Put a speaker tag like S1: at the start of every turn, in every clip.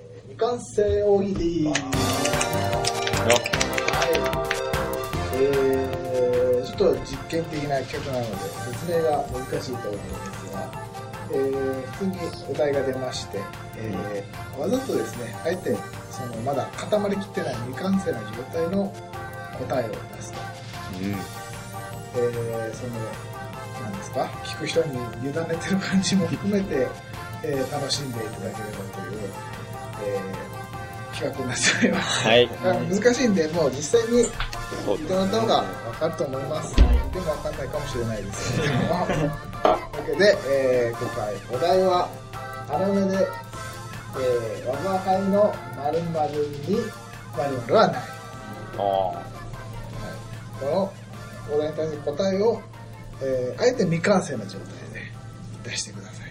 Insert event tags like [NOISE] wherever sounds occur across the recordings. S1: 完成大喜利。はい。えー、ちょっと実験的な企画なので、説明が難しいと思いますが、えー、普通にお題が出まして、えー、わざとですね、あえて、その、まだ固まりきってない未完成な状態の答えを出すと。えー、その、なんですか、聞く人に委ねてる感じも含めて、えー、楽しんでいただければという、えー、企画になっております。
S2: はい。
S1: 難しいんで、もう実際に
S2: そう
S1: い
S2: で
S1: ただい
S2: す
S1: た
S2: ね
S1: 方が分かると思います。でも分かんないかもしれない [LAUGHS] ですけれども。というわけで、えー、今回お題は、穴埋めで、えー、我が輩の〇〇に〇〇はない。
S2: あ
S1: このお題に対する答えを、えー、あえて未完成な状態で出してくださいと。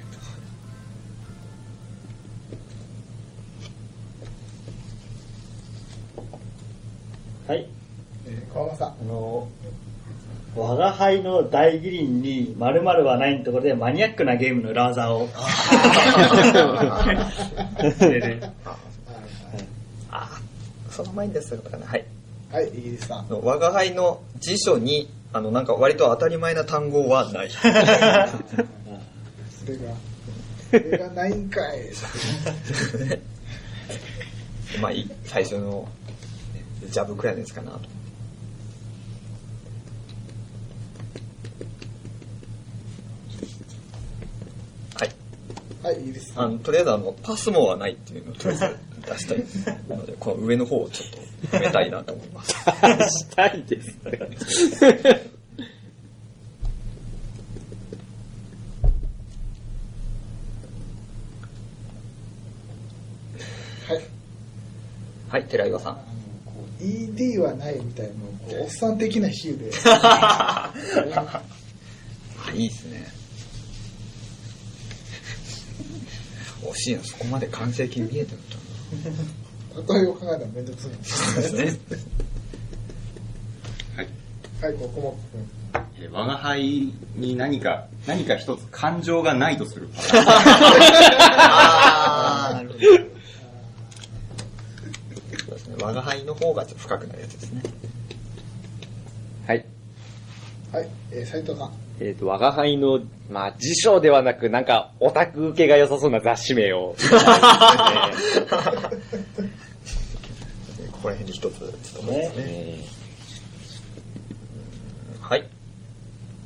S3: はい。
S1: えー、小浜さん。
S3: あの、我が輩の大義林に〇〇はないのところでマニアックなゲームのラーザーを。 [LAUGHS]
S4: あーその前に出したかったかな。はい。
S1: はい、イギリスさん
S4: あ。の我が輩の辞書に、あの、なんか割と当たり前な単語は
S3: [LAUGHS]
S4: ない。
S1: それが、それがないんかい。
S4: まあ、いい最初の、ねジャブくらいですかなと。はい。
S1: はい、イギリスさ
S4: あ
S1: ん。
S4: の、とりあえずあの、パスモはないっていうのをとりあえず出したいので、この上の方をちょっと埋めたいなと思います。
S2: あ。したいですね。
S1: はい。
S4: はい、寺岩さ [LAUGHS]
S1: あ
S4: ん。
S1: のこう ED はないみたいな、もうおっさん的な比喩で。
S4: あいいですね。惜しいな、そこまで完成形見えてると思
S1: 例えを考えたらめんどくさいんです
S4: うんですね。
S5: はい。
S1: はい、ここも。うん
S5: えー我が輩に何か、何か一つ感情がないとする。
S4: ああ、なるほど。そうですね、我が輩の方がちょっと深くなるやつですね。
S2: はい。
S1: はい、えー、斉藤さん。
S2: えっ、と、我が輩の、まあ、辞書ではなく、なんか、オタク受けが良さそうな雑誌名を。
S4: ここら辺に一つ、ちょっと
S3: ね
S4: ね。
S2: え
S4: はい。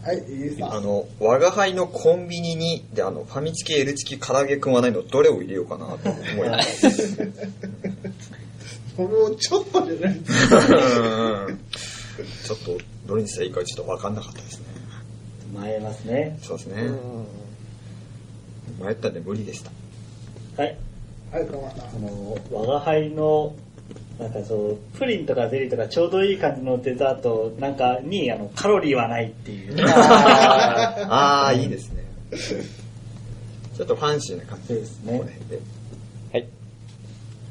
S1: はい、イギリスさん。
S4: あの、我が輩のコンビニに、で、あの、ファミチキ、L チキ、唐揚げくんはないの、どれを入れようかなと思います。
S1: もうちょっとじゃないです
S4: うーんちょっと、どれにしたらいいかちょっとわかんなかったですね。
S3: 迷いますね。
S4: そうです
S2: ー
S4: ね。迷ったんで無理でした。
S3: はい。
S1: はい、小浜さ
S3: あ
S1: ん。
S3: の、我が輩の、なんかそう、プリンとかゼリーとかちょうどいい感じのデザートなんかに、あの、カロリーはないって [LAUGHS] いう。
S1: あ
S4: ああ、いいですね。ちょっとファンシーな感じ
S3: そうですね
S4: この辺で
S2: はい。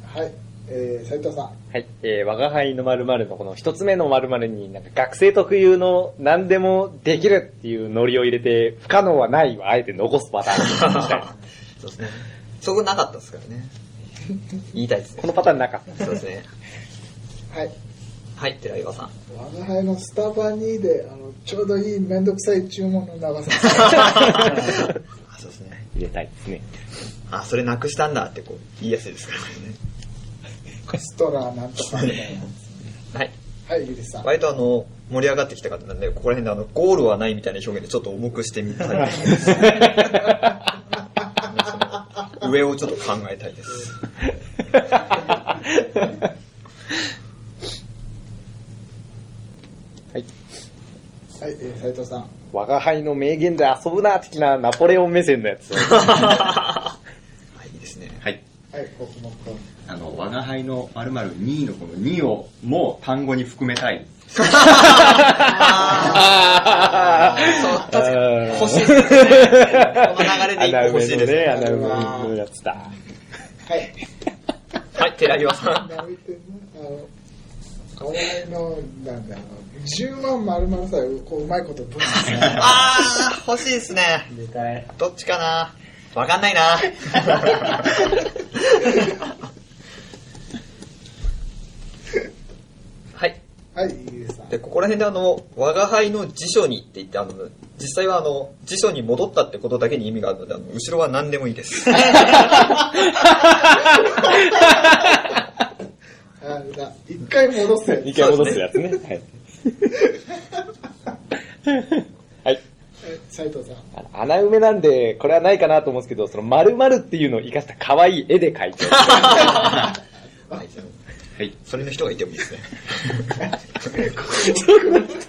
S1: はい、えー、斉藤さん。
S2: はい。えー、我が輩の〇〇のこの一つ目の〇〇に、なんか学生特有の何でもできるっていうノリを入れて、不可能はないをあえて残すパターンに
S4: [LAUGHS]
S2: したい。
S4: そうですね。そこなかったですからね。言いたいですね
S2: こ。のパターンなかった。
S4: そうですね。
S1: はい。
S4: はい、寺岩さん。
S1: 我が輩のスタバにで、あの、ちょうどいいめんどくさい注文の長さ。 [LAUGHS]
S4: あ、そうですね。
S2: 入れたいですね。 [LAUGHS]
S4: あ、それなくしたんだってこう、言いやすいですからね。
S1: ストラーなんとかみたいな。
S4: はい。
S1: はい、イギリスさん。
S4: 割とあの、盛り上がってきた方なんで、ここら辺であの、ゴールはないみたいな表現でちょっと重くしてみたい [LAUGHS] です。上をちょっと考えたいです。
S1: はい、えー、斉藤さん。
S2: 我が輩の名言で遊ぶな、的なナポレオン目線のやつを。
S4: あ、いいですね。
S5: はい。
S1: はい、ここもこう。
S5: あの、我が輩の〇〇2のこの2をもう単語に含めたい。
S2: あ
S4: そう、確かに
S2: ー
S4: 欲しいですね。この流れで一個
S2: 穴埋
S4: 欲し
S2: め
S4: い
S2: の
S4: で
S2: ね、
S4: す。
S2: 穴埋めのやつだ。
S1: はい。
S4: はい、寺岩さん。
S1: なめてんなあの、お前の、なんだ、あの、10万丸々さ、こう、うまいことぶつけて。
S4: あー、欲しいですね。
S3: 入れたい。
S4: [LAUGHS] どっちかなわかんないな。ら辺であの、我が輩の辞書にって言って、あの、実際はあの、辞書に戻ったってことだけに意味があるので、あの、後ろは何でもいいです。
S1: あだ一回戻せ。
S2: 一回戻すやつね。はい。はい。
S1: え斉藤さん。
S2: あの穴埋めなんで、これはないかなと思うんですけど、その丸々っていうのを生かした可愛い絵で描いて、
S4: はい。
S5: はい。
S4: それの人がいてもいいですね。
S2: 人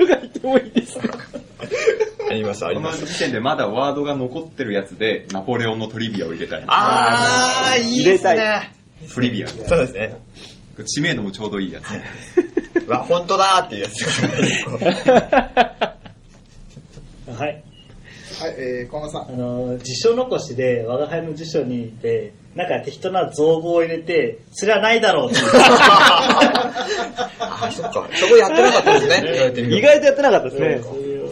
S2: がいてもいいですか
S4: あります、あ
S5: こ
S4: り
S5: の
S4: ます。
S5: 時点でまだワードが残ってるやつで、ナポレオンのトリビアを入れたい。
S4: あー、いいです
S2: 入れ
S4: ね。
S5: トリビア。
S4: そうですね。
S5: 知名度もちょうどいいやつ。
S4: うわ、本当だーっていうやつ。
S3: は
S1: は
S3: い。
S1: い、えー、小野さん
S3: あ。の、辞書残しで、我が輩の辞書にで、なんか適当な造語を入れて、それはないだろうって。
S4: あー、そっか。そこやってなかったですね。言われてみれ
S2: 意
S4: ば
S2: 外とやってなかったです
S3: そう
S2: ね。
S3: いう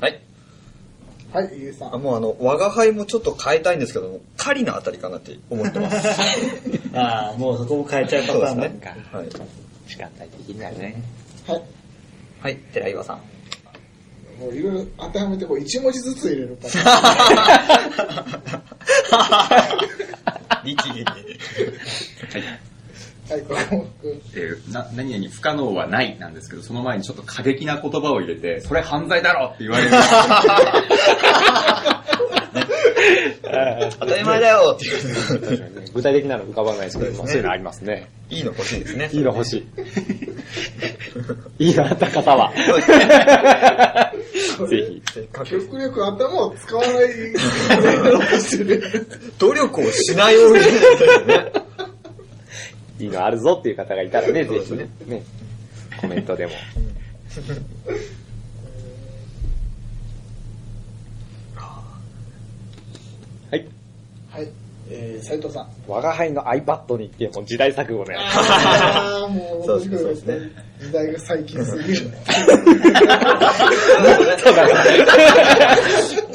S4: はい。
S1: はい、ゆうさん。
S4: あもうあの、我が輩もちょっと変えたいんですけども、狩りのあたりかなって思ってます。
S3: [LAUGHS] ああ、もうそこも変えちゃうパターン
S4: そう
S3: ね
S4: で。
S2: なんか、
S4: はい。
S2: 時間帯的になるね。
S1: はい。
S4: はい、寺岩さん。
S1: もういろいろ当てはめて、こう、一文字ずつ入れるパタ
S4: 力劇。
S5: はい。
S1: ーン。はい、小野くん。
S5: えーな、何々不可能はないなんですけど、その前にちょっと過激な言葉を入れて、それ犯罪だろって言われる。
S4: 当たり前だよっていう。
S2: 確かにね具体的なの浮かばないですけど、
S4: そ
S2: ま
S4: うですね
S2: あそういうのありますね。
S4: いいの欲しいですね。
S2: いいの欲しい。いいのあった方は。ぜひ。
S4: せっかく
S1: 極力頭を使わないしてる。
S4: 努力をしないように。
S2: いいのあるぞっていう方がいたらね、
S4: そう
S2: ぜ
S4: です
S2: ひ
S4: ね
S2: ね、コメントでも。はい。
S1: はい、えー、斉藤さん。
S2: 我が輩の iPad にって、もう時代錯誤ね。
S1: あー、もう、
S4: そう
S1: 面
S4: です
S1: 白い
S4: ね
S1: です
S4: そう
S1: ね。時代が最近すぎる。
S2: そうだ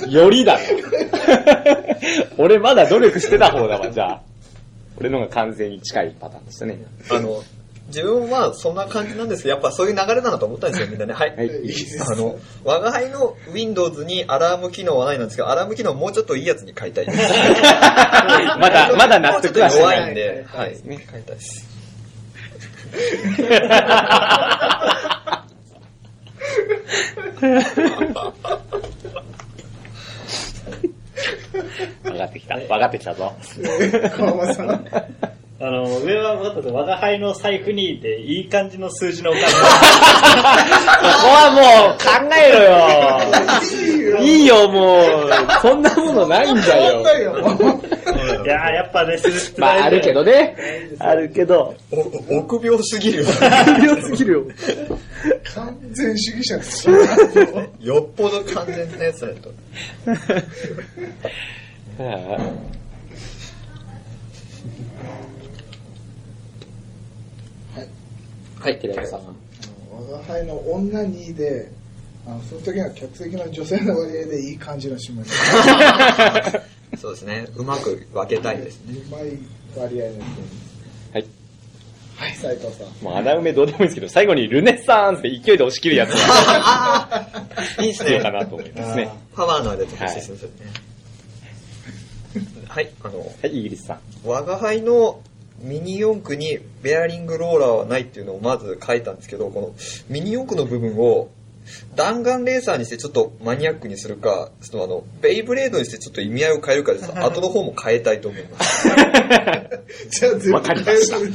S2: ね。よりだね。 [LAUGHS] 俺まだ努力してた方だわ、じゃあ。俺のが完全に近いパターンでしたね。
S4: あの、自分はそんな感じなんですけど、やっぱそういう流れなんだと思ったんですよ、みんなね。はい。
S2: はい。
S1: いいです
S4: あの、我が輩の Windows にアラーム機能はないなんですけど、アラーム機能もうちょっといいやつに変えたいです。
S2: まだ、まだ納得はし
S4: 弱
S2: ない。 [LAUGHS]
S4: いんで、
S1: は
S4: はいい、変えたいです。
S2: 分かってきた。分かってきたぞ。
S1: 小野さん。
S3: あの、上は分かったと、我が輩の財布にで、いい感じの数字のお [LAUGHS] 金。
S2: そこはもう考
S1: いい
S2: えろ
S1: よ。
S2: よ。いいよ、もう。そんなものないんだ
S1: 変わん
S2: [LAUGHS]
S1: ない
S2: よ。
S1: よ、もう。
S3: いやーやっぱね、数字って
S2: ま
S3: 大事
S2: あ、あるけどね。あるけど。
S4: お臆病すぎるよ。
S2: 強すぎるよ。
S1: 完全主義者です。は
S4: よっぽど完全なやつだと。
S1: い。
S2: はい、寺山さん。
S1: 我が輩の女にで、あのその時は客席の女性の割合でいい感じの締めです。
S4: そうですね。うまく分けたいですね。
S1: うまい割合の人
S2: はい。
S1: はい、斉藤さん。
S2: もう穴埋めどうでもいいですけど、最後にルネサンスで勢いで押し切るやつが
S4: いいです
S2: 必要か
S4: ね。
S2: なと思いますね。
S4: パワーのあるやつ欲しいですね、それね。はい、あの、
S2: はい、イギリスさん。
S4: 我が輩のミニ四駆にベアリングローラーはないっていうのをまず書いたんですけど、このミニ四駆の部分を弾丸レーサーにしてちょっとマニアックにするか、ちょっとあの、ベイブレードにしてちょっと意味合いを変えるかです。
S2: [LAUGHS]
S4: 後の方も変えたいと思います。
S1: じゃあ全部
S2: わかりまし
S1: 変える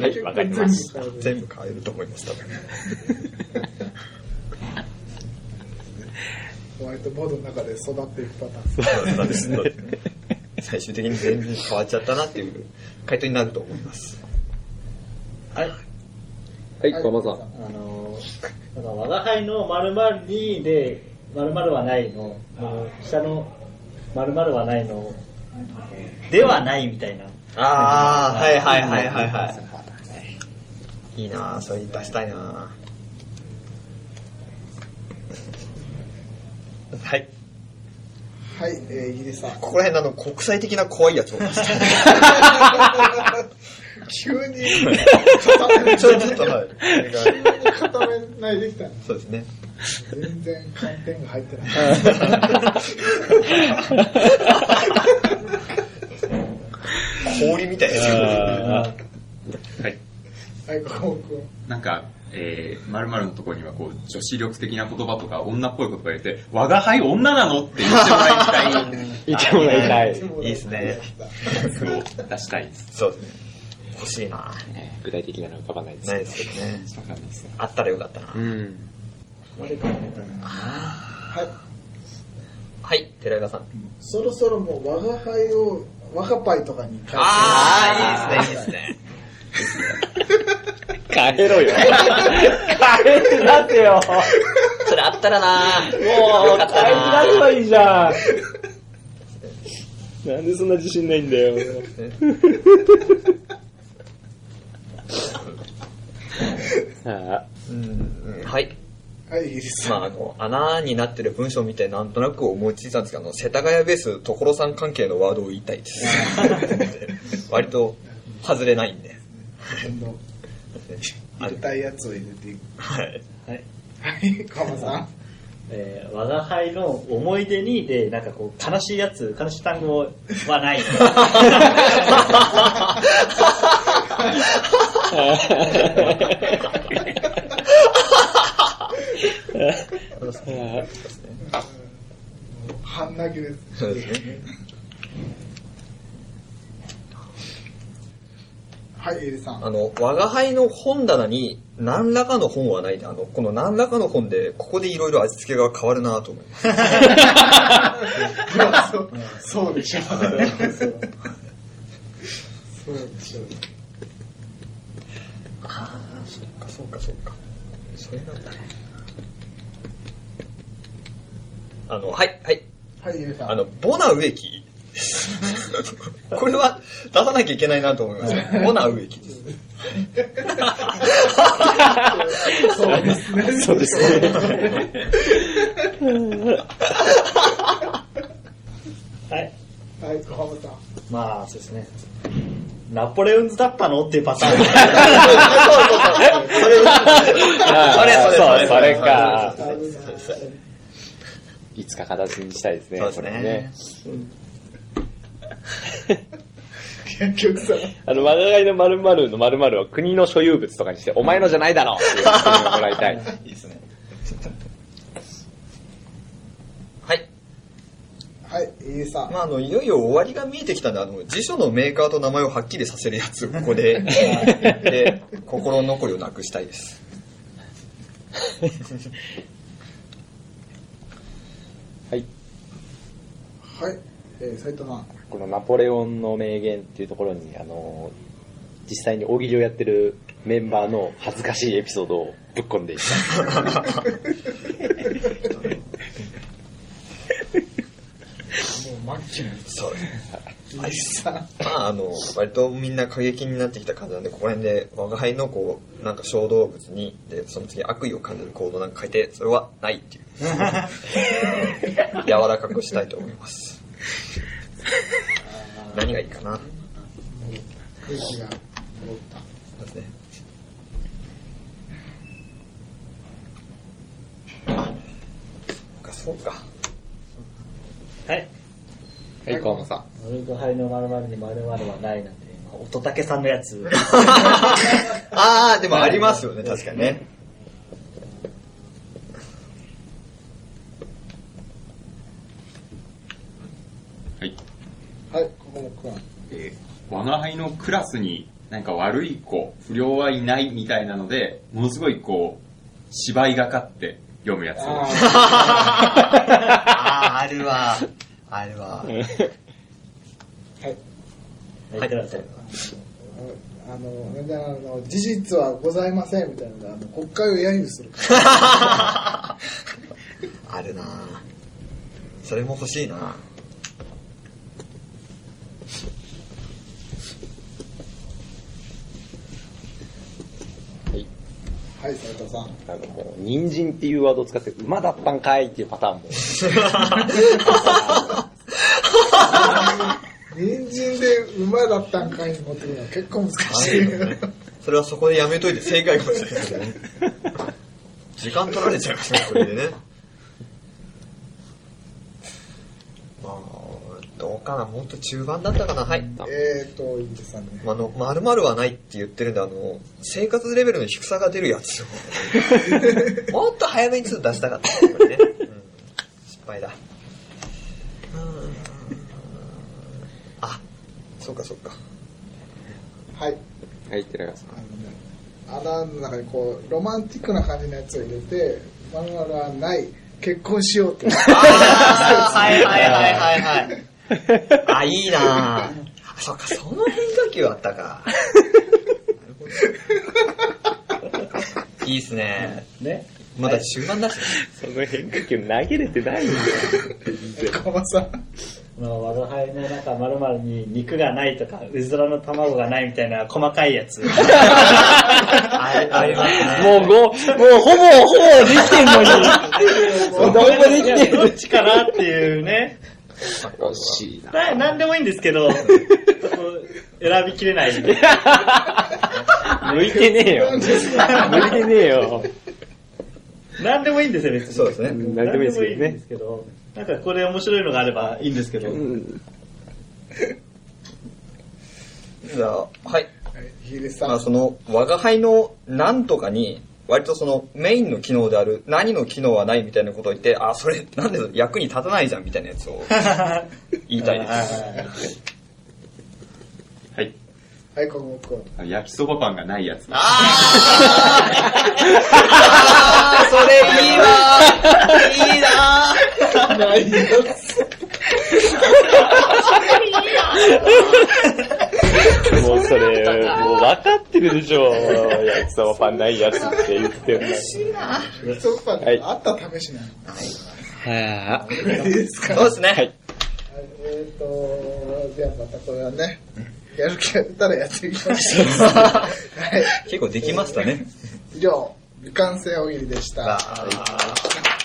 S2: はい、わかりました。
S1: 全部変える
S4: 全部変えると思
S2: [LAUGHS]
S4: います、多分。
S1: ホワイトボードの中で育っていくパターン。
S4: そうですね最終的に全然変わっちゃったなっていう回答になると思います。
S3: はい。
S2: はい、小野さん。
S3: あのー、なんか我が輩の〇〇にで、〇〇はないの、あの下の〇〇はないの、ではないみたいな。
S4: ああ、はいはいはいはいはい。いいなあそれ出したいなあはい。
S1: はい、えー、イギリスさん。
S4: ここら辺のあの国際的な怖いやつを出したい。
S1: 急に
S4: 固めちょっと、はい。
S1: 急に固めないできたの
S4: そうですね。
S1: 全然寒天が入ってない
S4: 氷みたいですよね。
S5: はい。
S1: はいこここ
S5: なんか、えー、〇〇のところにはこう、女子力的な言葉とか、女っぽい言葉入れて、我が輩女なのって言ってもらいたい。
S2: いてもらいたい。
S1: う
S4: いいっすね
S5: それを出したいです。
S4: そうですね。欲しいな。
S2: 具体的なの浮かばないです。
S4: ないですけどね。
S5: わかんないですね。
S4: あったらよかったな
S2: う。ん。
S1: はい
S4: はい、寺山さん。
S1: そろそろもう我が輩を若パイとかに変えて
S4: ああ、いいですね、いいですね。
S2: 変えろよ。変えなせよ。もう、
S4: それあったらなもう、よかった
S2: 変えなせ
S4: な
S2: ばいいじゃん。なんでそんな自信ないんだよ。あ
S4: うん、はい。
S1: はいいいです
S4: まあ、あの、穴になってる文章見てなんとなく思いついたんですけど、あの、世田谷ベース、所さん関係のワードを言いたい [LAUGHS] です。割と、外れないんで。
S1: 今度入れたいやつを入れていく
S4: はい。
S1: はい川間さん
S3: えー、我が輩の思い出に、で、なんかこう、悲しいやつ、悲しい単語はない。
S2: あ
S1: 半投げです
S4: そうですね。
S1: はいエリさん
S4: あの、我が輩の本棚に何らかの本はないで、あの、この何らかの本で、ここでいろいろ味付けが変わるなと思います。
S1: いやそうそうでしょそうでしょ
S4: そっか、そっか、そっか。それなんだね。あの、はい、はい。
S1: はいエリさん
S4: あの、ボナ植木。 [LAUGHS] これは出さなきゃいけないなと思いますね。ボナ植木です。
S1: そうですね
S2: そうですね。
S3: はい。
S1: はい川間さん
S3: まあ、そうですね。ナポレオンズだったのっていうパターン。
S4: それそれ
S2: そう、
S4: そ
S2: そ
S4: れ
S2: れか。
S1: あのさ
S2: いつか形にしたいですね。
S4: そうですね
S2: これね
S1: 結局さ
S2: あの、我が輩の〇〇の〇〇は国の所有物とかにして、お前のじゃないだろうっていうのをもらいた [LAUGHS] い。
S4: いいですね。はい。
S1: はいエリさん
S4: まあ、あの、いよいよ終わりが見えてきたんで、あの、辞書のメーカーと名前をはっきりさせるやつをここ [LAUGHS] で、で、心残りをなくしたいです。
S2: はい。
S1: はいえ斉藤さん
S2: このナポレオンの名言っていうところに、あの、実際に大喜利をやってるメンバーの恥ずかしいエピソードをぶっ込んでいきたい。
S1: もう末期の
S4: そうですね。 [LAUGHS]
S1: エリさん
S4: まあ、あの、割とみんな過激になってきた感じなんで、ここら辺で、我が輩のこう、なんか小動物に、で、その次悪意を感じる行動なんか書いて、それはないって [LAUGHS] いう。柔らかくしたいと思います。何がいいかな。
S1: 空気が戻った
S4: そうですね。あそう [LAUGHS] か、そうか。
S3: はい。
S2: はい、河本さん。
S3: 我が輩の〇〇に〇〇はないなんて、まあ乙武さんのやつ。
S4: あー、でもありますよね、確かにね。
S5: はい。
S1: はい、ここもくん。
S5: えー、我が輩のクラスになんか悪い子、不良はいないみたいなので、ものすごいこう、芝居がかって読むやつを。
S1: あ
S4: あー、あるわ。ある [LAUGHS] わ。
S1: ーはい。
S3: はい、寺田さん。
S1: あの、なんだあの、事実はございませんみたいなのが、あの国会を揶揄する。
S4: あるなぁそれも欲しいなぁ
S1: はい、斉藤さん。
S2: あの、もう、人参っていうワードを使って、馬だったんかいっていうパターンも。
S1: 人参で馬だったんかいに持ってくるのは結構難しい。
S4: それはそこでやめといて正解かもしれないですね。時間取られちゃいますね、それでね。まあ、どうかな、もっと中盤だったかな、はい。
S1: えーと、インジさんね。
S4: あの、まるまるはないって言ってるんで、あの、生活レベルの低さが出るやつを、もっと早めにちょっと出したかった、これね。うん、失敗だ。うーんあ、そうかそうか。
S1: はい。
S2: はい、寺川さん。
S1: あのね、穴の中にこう、ロマンティックな感じのやつを入れて、まるまるはない、結婚しようって。
S4: あーはいはいはいはいはい。あ、いいなぁ。あ、そっか、その変化球あった [LAUGHS] か。いいっすね。
S3: ね。
S4: まだ中盤だしね。
S2: その変化球投げれてないんだよ。
S1: 駒さん。
S3: この我が輩の中まるまるに肉がないとか、うずらの卵がないみたいな細かいやつ。
S4: あありますね。
S2: もうご、もうほぼ、ほぼできてんの
S1: [LAUGHS]
S2: に。どうもできて
S3: どっ
S2: る。
S3: ちかなっていうね。
S5: [LAUGHS] 惜しいな。
S3: な、なんでもいいんですけど、そこ選びきれない。
S2: 向いてねえよ。向いてねえよ。
S3: なんでもいいんですよ、別に。
S4: そうですね。
S2: 何でもいいですけど
S3: なんでもいいんで
S2: ね。
S3: すけど。なんかこれ面白いのがあればいいんですけど。
S2: うん。
S4: じゃあ、はい。
S1: ヒールさん。
S4: まあ、その、我が輩のなんとかに、割とそのメインの機能である何の機能はないみたいなことを言って、あ、それなんで役に立たないじゃんみたいなやつ [LAUGHS] を言いたいです。
S5: はい。
S1: はい、この子。
S5: 焼きそばパンがないやつ。
S4: あー、それいい
S2: [LAUGHS]
S4: わいいな
S1: ないやつ。
S2: もうそれ、もう分かってるでしょ。焼きそばパンないやつって言ってるのに。
S1: そっか、
S2: はい
S1: あった試しなの。
S2: はぁ。
S1: ですか
S4: そうですね。
S2: はい。
S1: はいえーと、じゃあまたこれはね、やる気が出たらやっていきましょう。はい。
S4: 結構できましたね。
S1: 以上、未完成大喜利でした。
S4: あー